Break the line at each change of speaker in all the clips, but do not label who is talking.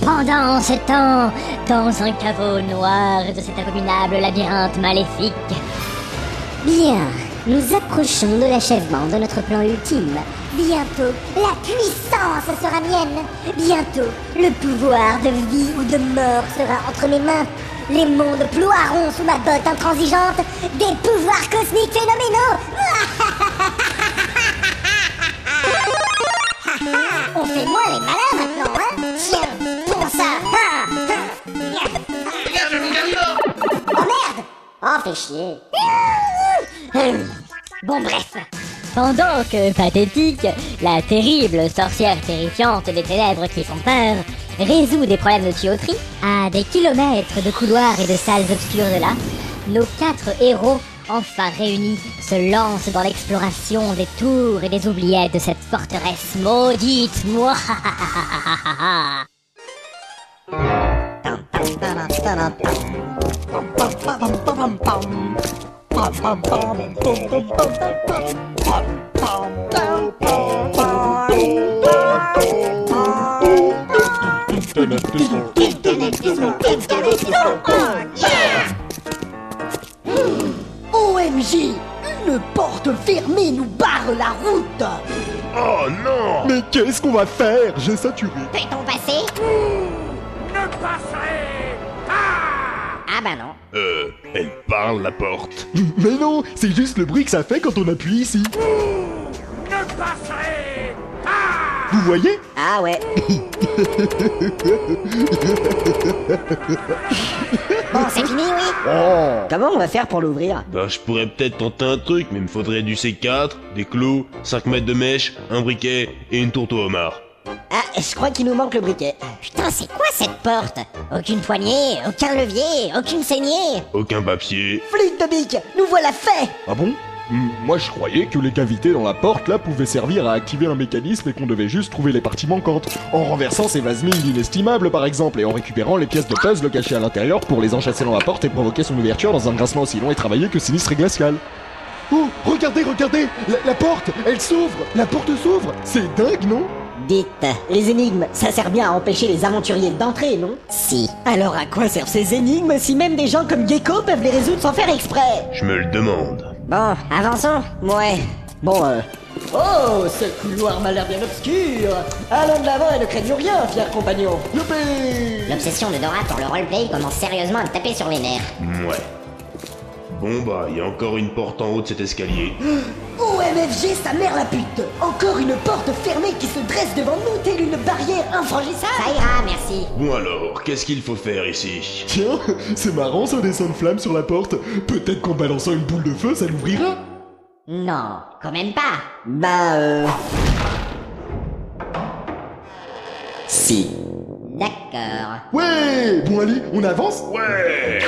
Pendant ce temps, dans un caveau noir de cet abominable labyrinthe maléfique.
Bien, nous approchons de l'achèvement de notre plan ultime.
Bientôt, la puissance sera mienne.
Bientôt, le pouvoir de vie ou de mort sera entre mes mains. Les mondes ploieront sous ma botte intransigeante des pouvoirs cosmiques phénoménaux.
On fait moins les malins maintenant, hein Tiens, pour ça. Ah, ah. Oh merde
Oh, fais chier.
Hum. Bon bref. Pendant que Pathétique, la terrible sorcière terrifiante des ténèbres qui font peur, résout des problèmes de tuyauterie à des kilomètres de couloirs et de salles obscures de là, nos quatre héros, enfin réunis, se lancent dans l'exploration des tours et des oubliettes de cette forteresse maudite. Mouahahahahaha.
OMG Une porte fermée nous barre la route
Oh non
Mais qu'est-ce qu'on va faire J'ai saturé.
Peut-on passer Ah bah non.
Euh, elle parle la porte.
Mais non, c'est juste le bruit que ça fait quand on appuie ici. Vous voyez
Ah ouais.
Bon, c'est fini, oui
Comment on va faire pour l'ouvrir
Bah je pourrais peut-être tenter un truc, mais il me faudrait du C4, des clous, 5 mètres de mèche, un briquet et une tourte au homard.
Ah, je crois qu'il nous manque le briquet.
Putain, c'est quoi cette porte Aucune poignée, aucun levier, aucune saignée.
Aucun papier.
Flûte de bique Nous voilà fait
Ah bon Hmm, Moi je croyais que les cavités dans la porte là pouvaient servir à activer un mécanisme et qu'on devait juste trouver les parties manquantes, en renversant ces vases mines inestimables par exemple, et en récupérant les pièces de puzzle cachées à l'intérieur pour les enchasser dans la porte et provoquer son ouverture dans un grincement aussi long et travaillé que sinistre et glacial. Oh, regardez, regardez La, la porte, elle s'ouvre La porte s'ouvre C'est dingue, non
Dites, les énigmes, ça sert bien à empêcher les aventuriers d'entrer, non
Si.
Alors à quoi servent ces énigmes si même des gens comme Gecko peuvent les résoudre sans faire exprès
Je me le demande.
Bon, avançons.
Ouais. Bon, euh... Oh, ce couloir m'a l'air bien obscur Allons de l'avant et ne craignons rien, fier compagnon
Youpi
L'obsession de Dora pour le roleplay commence sérieusement à me taper sur les nerfs.
Ouais. Bon bah, il y a encore une porte en haut de cet escalier.
OMFG, sa mère la pute Encore une porte fermée qui se dresse devant nous telle une barrière infranchissable
Ça ira, merci.
Bon alors, qu'est-ce qu'il faut faire ici
Tiens, c'est marrant ce dessin de flamme sur la porte. Peut-être qu'en balançant une boule de feu, ça l'ouvrira.
Non, quand même pas.
Bah, euh...
Si.
D'accord.
Ouais Bon allez, on avance
Ouais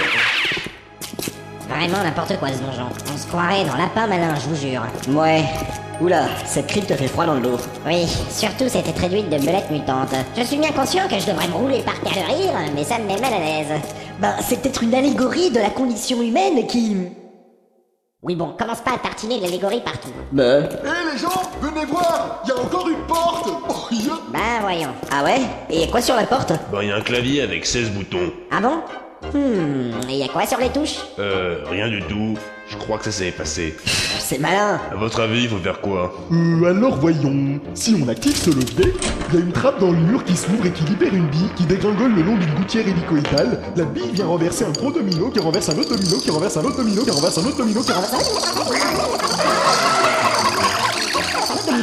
Vraiment n'importe quoi ce donjon. On se croirait dans lapin malin, je vous jure.
Ouais. Eh, Oula, cette crypte fait froid dans le dos.
Oui, surtout cette réduite de belette mutante. Je suis bien conscient que je devrais me rouler par terre de rire, mais ça me met mal à l'aise.
Bah, c'est peut-être une allégorie de la condition humaine qui...
Oui bon, commence pas à tartiner de l'allégorie partout.
Bah...
Hé Eh, les gens, venez voir Il y a encore une porte Oh, yeah.
Bah voyons.
Ah ouais Et y a quoi sur la porte
Bah, il y a un clavier avec 16 boutons.
Ah bon Hmm, et y a quoi sur les touches
Euh, rien du tout. Je crois que ça s'est effacé.
C'est malin
À votre avis, il faut faire quoi
Euh, alors voyons. Si on active ce levier, il y a une trappe dans le mur qui s'ouvre et qui libère une bille qui dégringole le long d'une gouttière hélicoïdale. La bille vient renverser un gros domino qui renverse un autre domino qui renverse un autre domino qui renverse un autre domino qui renverse un autre domino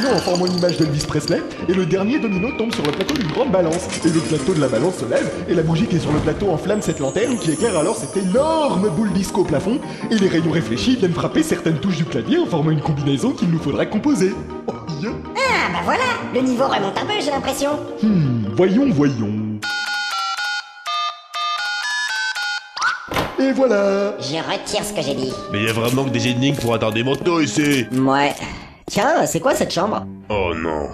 en formant une image d'Elvis Presley, et le dernier domino tombe sur le plateau d'une grande balance. Et le plateau de la balance se lève, et la bougie qui est sur le plateau enflamme cette lanterne qui éclaire alors cette énorme boule disco au plafond, et les rayons réfléchis viennent frapper certaines touches du clavier en formant une combinaison qu'il nous faudra composer. Oh, yeah.
Ah bah voilà Le niveau remonte un peu, j'ai l'impression.
Hmm, voyons, voyons. Et voilà
Je retire ce que j'ai dit.
Mais il y a vraiment que des énigmes pour atteindre des manteaux ici
Ouais. Tiens, c'est quoi cette chambre
Oh non,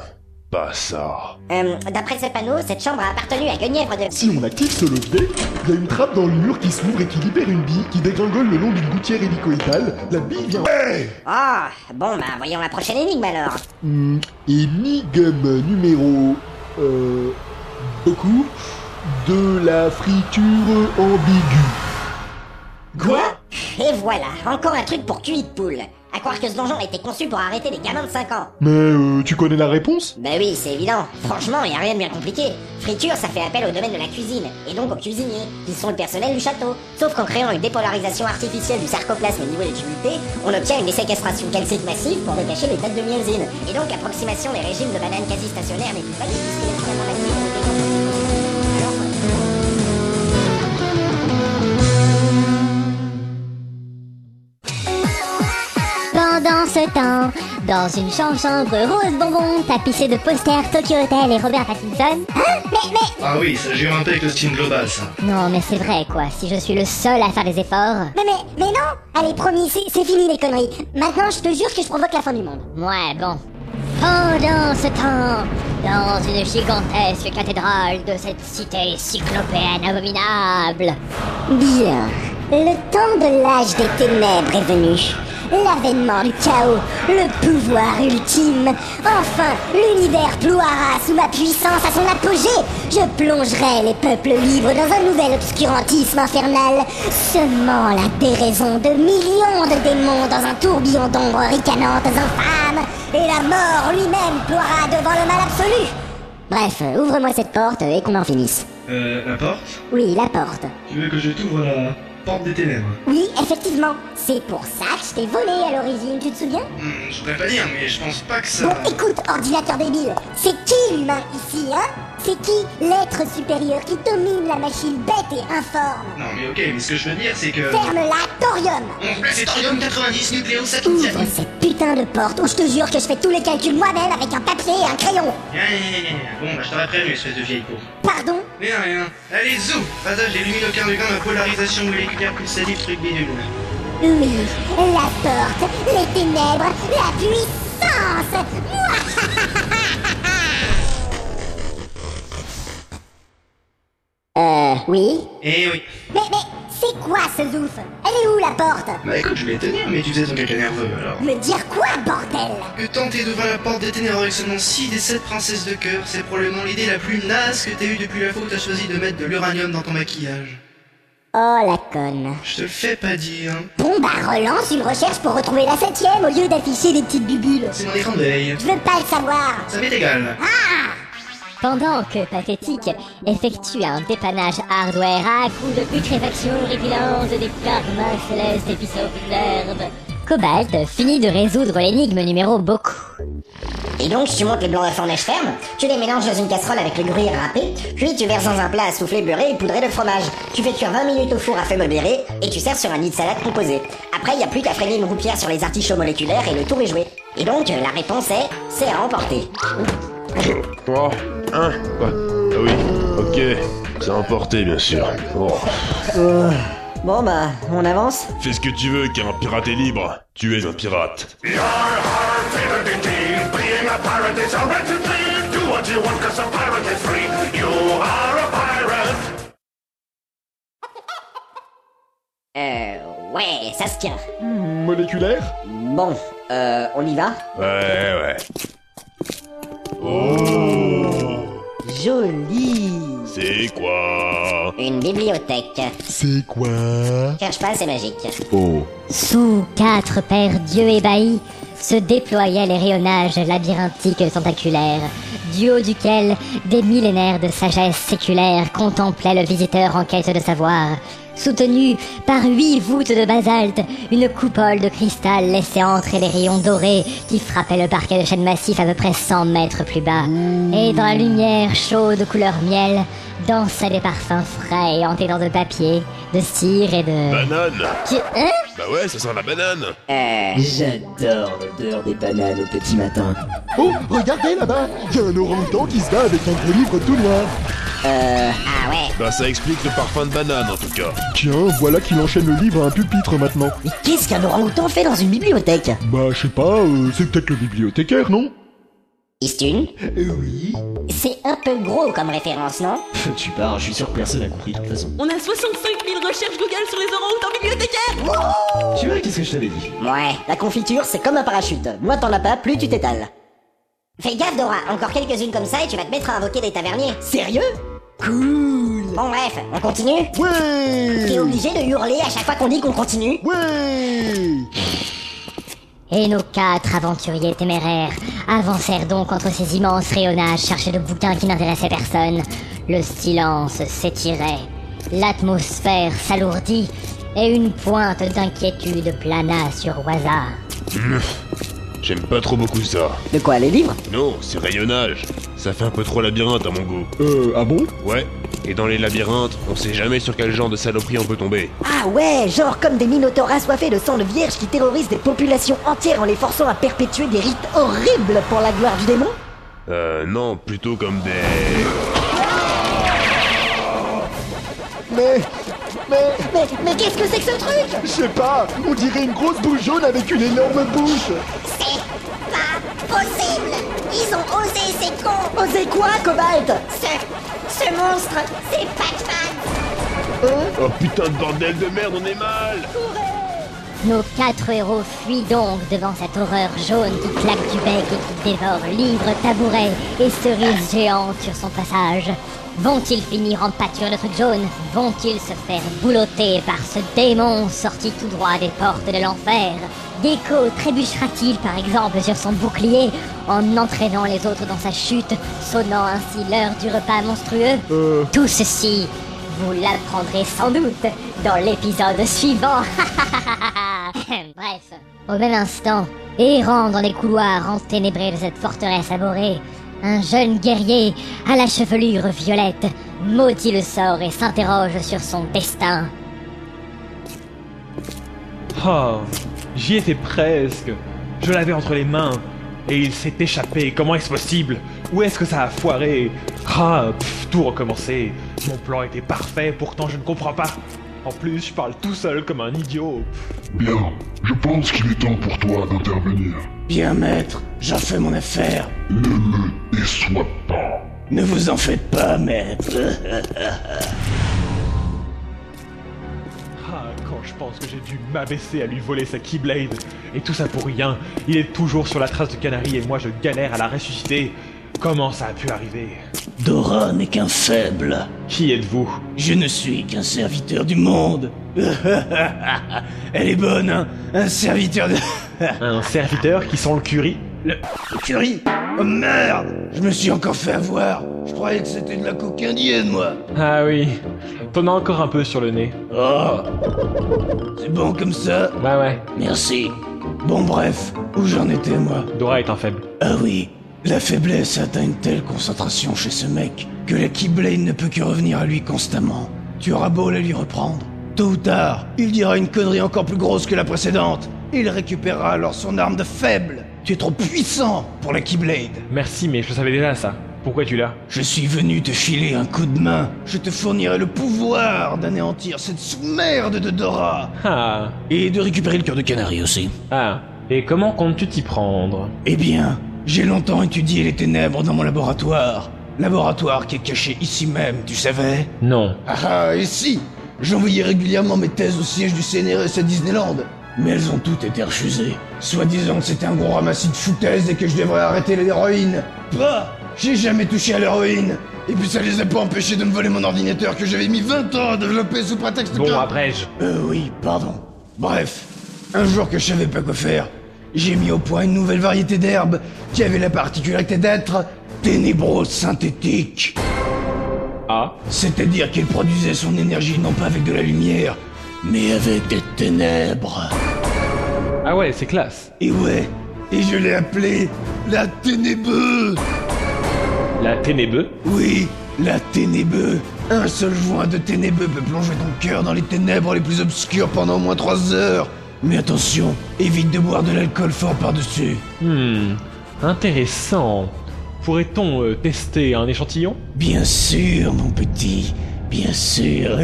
pas ça.
Euh, d'après ce panneau, cette chambre a appartenu à Guenièvre de...
Si on active ce levier, il y a une trappe dans le mur qui s'ouvre et qui libère une bille qui dégringole le long d'une gouttière hélicoïdale. La bille vient...
Ah, bon bah voyons la prochaine énigme alors.
Mm. Hmm, énigme numéro... Euh... Beaucoup de la friture ambiguë.
Quoi
Et voilà, encore un truc pour cul de poule. À croire que ce donjon a été conçu pour arrêter les gamins de 5 ans.
Mais euh, tu connais la réponse
Bah oui, c'est évident. Franchement, y a rien de bien compliqué. Friture, ça fait appel au domaine de la cuisine, et donc aux cuisiniers, qui sont le personnel du château. Sauf qu'en créant une dépolarisation artificielle du sarcoplasme au niveau des tubités, on obtient une séquestration calcique massive pour décacher les têtes de myosine, et donc approximation des régimes de bananes quasi stationnaires n'est pas difficile à finalement la cuisine des gens. Alors, voilà.
Pendant ce temps, dans une chambre chambre rose bonbon tapissée de posters Tokyo Hotel et Robert Pattinson. Hein Mais mais
Ah oui, ça jure un peu avec le style global, ça.
non mais c'est vrai quoi. Si je suis le seul à faire des efforts. Mais mais mais non. Allez promis, c'est c'est fini les conneries. Maintenant je te jure que je provoque la fin du monde.
Ouais, bon. Pendant ce temps, dans une gigantesque cathédrale de cette cité cyclopéenne abominable,
Bien. Le temps de l'âge des ténèbres est venu. L'avènement du chaos, le pouvoir ultime. Enfin, l'univers plouera sous ma puissance à son apogée. Je plongerai les peuples libres dans un nouvel obscurantisme infernal, semant la déraison de millions de démons dans un tourbillon d'ombres ricanantes infâmes. Et la mort lui-même plouera devant le mal absolu. Bref, euh, ouvre-moi cette porte et qu'on en finisse.
Euh, la porte
Oui, la porte.
Tu veux que je t'ouvre la porte des ténèbres
Oui, effectivement. C'est pour ça que je t'ai volé à l'origine, tu te souviens
Hmm, Je pourrais pas dire, mais je pense pas que
Bon,
ça...
écoute, ordinateur débile, c'est qui l'humain ici, hein C'est qui l'être supérieur qui domine la machine bête et informe
Non, mais ok, mais ce que je veux dire, c'est que...
Ferme-la, thorium
On place Thorium 90 Nucléo 7
Ouvre cette putain de porte ou je te jure que je fais tous les calculs moi-même avec un papier et un crayon
Bon, bah je t'aurais prévenu, espèce de vieille con.
Pardon
Mais non, mais non. Allez, zou Passage des luminocardigans de polarisation moléculaire pulsative truc bidule.
Oui, la porte, les ténèbres, la puissance
Euh, oui
Eh oui.
Mais, mais, c'est quoi ce zouf Elle est où la porte
Bah écoute, je voulais te dire, mais tu faisais ton caca nerveux, alors.
Me dire quoi, bordel
Que tenter devant la porte des ténèbres avec seulement 6 des 7 princesses de cœur, c'est probablement l'idée la plus naze que t'aies eue depuis la fois où t'as choisi de mettre de l'uranium dans ton maquillage.
Oh la conne.
Je te le fais pas dire. hein.
Bon bah relance une recherche pour retrouver la septième au lieu d'afficher des petites bubules.
C'est mon écran de veille.
Je veux pas le savoir.
Ça m'est égal.
pendant que Pathétique effectue un dépannage hardware à coups de putréfaction répilante des karmas célestes épicés aux fines herbes, Cobalt finit de résoudre l'énigme numéro beaucoup.
Et donc, tu montes les blancs de fromage ferme, tu les mélanges dans une casserole avec le gruyère râpé, puis tu verses dans un plat à souffler beurré et poudré de fromage. Tu fais cuire 20 minutes au four à feu modéré et tu sers sur un nid de salade composé. Après, il y a plus qu'à freiner une roupière sur les artichauts moléculaires et le tour est joué. Et donc, euh, la réponse est c'est à emporter.
Oh, hein Quoi Ah oui, ok. C'est emporté, bien sûr. Oh.
Bon bah, on avance
Fais ce que tu veux, car un pirate est libre. Tu es un pirate.
Your heart is a deed. Being a pirate is a wretched thing. Do what you want, cause a pirate is free. You are a pirate.
Euh, ouais, ça se tient.
Moléculaire
Bon, euh, on y va
Ouais, ouais.
Joli
Oh. C'est quoi
Une bibliothèque.
C'est quoi
Cherche pas, c'est magique.
Oh.
Sous quatre paires d'yeux ébahis se déployaient les rayonnages labyrinthiques tentaculaires, du haut duquel des millénaires de sagesse séculaire contemplaient le visiteur en quête de savoir, soutenu par huit voûtes de basalte, une coupole de cristal laissait entrer les rayons dorés qui frappaient le parquet de chêne massif à peu près 100 mètres plus bas. Et dans la lumière chaude couleur miel, dansaient des parfums frais et entêtants de papier, de cire et de...
Banane
Qui- Hein
Bah ouais, ça sent la banane
Euh,
J'adore l'odeur des bananes au petit matin.
Oh, regardez là-bas Y'a un orang-outan qui se bat avec un gros livre tout noir.
ah ouais.
Bah ça explique le parfum de banane, en tout cas.
Tiens, voilà qu'il enchaîne le livre à un pupitre maintenant.
Mais qu'est-ce qu'un orang-outan fait dans une bibliothèque
Bah, je sais pas, euh, c'est peut-être le bibliothécaire, non
Istune
Oui.
C'est un peu gros comme référence, non
tu pars, je suis sûr que personne n'a compris de toute façon.
On a 65 000 recherches Google sur les orang-outans bibliothécaires
Tu vois, qu'est-ce que je t'avais dit
Ouais, la confiture, c'est comme un parachute. Moins t'en as pas, plus tu t'étales. Fais gaffe, Dora, encore quelques-unes comme ça et tu vas te mettre à invoquer des taverniers.
Sérieux Cool
Bon bref, on continue
Oui
T'es obligé de hurler à chaque fois qu'on dit qu'on continue
Oui
Et nos quatre aventuriers téméraires avancèrent donc entre ces immenses rayonnages cherchés de bouquins qui n'intéressaient personne. Le silence s'étirait, l'atmosphère s'alourdit et une pointe d'inquiétude plana sur Waza.
J'aime pas trop beaucoup ça.
De quoi, les livres
Non, c'est rayonnage. Ça fait un peu trop labyrinthe à mon goût.
Euh, ah bon
Ouais. Et dans les labyrinthes, on sait jamais sur quel genre de saloperie on peut tomber.
Ah ouais, genre comme des minotaures assoiffés de sang de vierge qui terrorisent des populations entières en les forçant à perpétuer des rites horribles pour la gloire du démon
Euh, non, plutôt comme des...
Mais... Mais...
Mais, mais qu'est-ce que c'est que ce truc
Je sais pas, on dirait une grosse boule jaune avec une énorme bouche
C'est pas possible Ils ont osé, ces cons
Osez quoi, Cobalt
Ce, ce monstre, c'est Pac-Man
Oh putain de bordel de merde, on est mal
Nos quatre héros fuient donc devant cette horreur jaune qui claque du bec et qui dévore livres, tabourets et cerises géantes sur son passage. Vont-ils finir en pâture de trucs jaunes Vont-ils se faire boulotter par ce démon sorti tout droit des portes de l'enfer Gecko trébuchera-t-il par exemple sur son bouclier en entraînant les autres dans sa chute, sonnant ainsi l'heure du repas monstrueux
Euh...
Tout ceci, vous l'apprendrez sans doute dans l'épisode suivant. Bref, au même instant, errant dans les couloirs enténébrés de cette forteresse abhorrée, un jeune guerrier à la chevelure violette maudit le sort et s'interroge sur son destin.
Oh, j'y étais presque. Je l'avais entre les mains. Et il s'est échappé. Comment est-ce possible Où est-ce que ça a foiré Ah, pff, tout recommencer. Mon plan était parfait, pourtant je ne comprends pas. En plus, je parle tout seul comme un idiot.
Bien, je pense qu'il est temps pour toi d'intervenir.
Bien, maître, j'en fais mon affaire.
Ne me déçois pas.
Ne vous en faites pas, maître.
Ah, quand je pense que j'ai dû m'abaisser à lui voler sa Keyblade. Et tout ça pour rien. Il est toujours sur la trace de Canary et moi je galère à la ressusciter. Comment ça a pu arriver
Dora n'est qu'un faible.
Qui êtes-vous
Je ne suis qu'un serviteur du monde. Elle est bonne, hein Un serviteur de...
Un serviteur qui sent le curry Le-
Curry Oh merde Je me suis encore fait avoir. Je croyais que c'était de la coke indienne, moi.
Ah oui. T'en as encore un peu sur le nez.
Oh C'est bon comme ça
Bah ouais.
Merci. Bon bref, où j'en étais moi
Dora est un faible.
Ah oui, la faiblesse atteint une telle concentration chez ce mec que la Keyblade ne peut que revenir à lui constamment. Tu auras beau la lui reprendre. Tôt ou tard, il dira une connerie encore plus grosse que la précédente. Et il récupérera alors son arme de faible. Tu es trop puissant pour la Keyblade.
Merci, mais je le savais déjà ça. Pourquoi tu l'as
Je suis venu te filer un coup de main. Je te fournirai le pouvoir d'anéantir cette sous-merde de Dora.
Ah,
Et de récupérer le cœur de Canary aussi.
ah. Et comment comptes-tu t'y prendre
Eh bien, j'ai longtemps étudié les ténèbres dans mon laboratoire. Laboratoire qui est caché ici même, tu savais
Non.
Ah ah, et si J'envoyais régulièrement mes thèses au siège du CNRS à Disneyland. Mais elles ont toutes été refusées. Soi-disant que c'était un gros ramassis de foutaises et que je devrais arrêter l'héroïne. Bah J'ai jamais touché à l'héroïne Et puis ça les a pas empêchés de me voler mon ordinateur que j'avais mis 20 ans à développer sous prétexte que...
Bon, abrège.
Euh oui, pardon. Bref, un jour que je savais pas quoi faire, j'ai mis au point une nouvelle variété d'herbe qui avait la particularité d'être ténébreuse synthétique.
Ah.
C'est-à-dire qu'elle produisait son énergie non pas avec de la lumière, mais avec des ténèbres.
Ah ouais, c'est classe.
Et ouais, et je l'ai appelée la ténébeux.
La ténébeux
Oui, la ténébeux. Un seul joint de ténébeux peut plonger ton cœur dans les ténèbres les plus obscures pendant au moins trois heures. Mais attention, évite de boire de l'alcool fort par-dessus.
Hmm. Intéressant. Pourrait-on euh, tester un échantillon
Bien sûr, mon petit, bien sûr.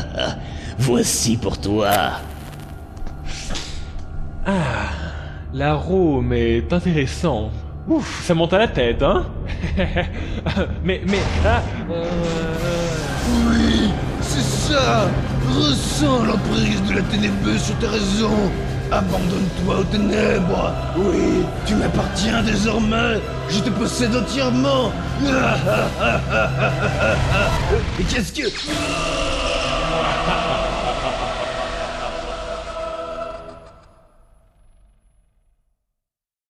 Voici pour toi.
L'arôme est intéressant. Ouf, ça monte à la tête, hein Mais, mais, ah, euh,
Oui, c'est ça Ressens l'emprise de la ténébreuse sur tes raisons
Abandonne-toi aux ténèbres. Oui, tu m'appartiens désormais. Je te possède Ah, entièrement. Et qu'est-ce que...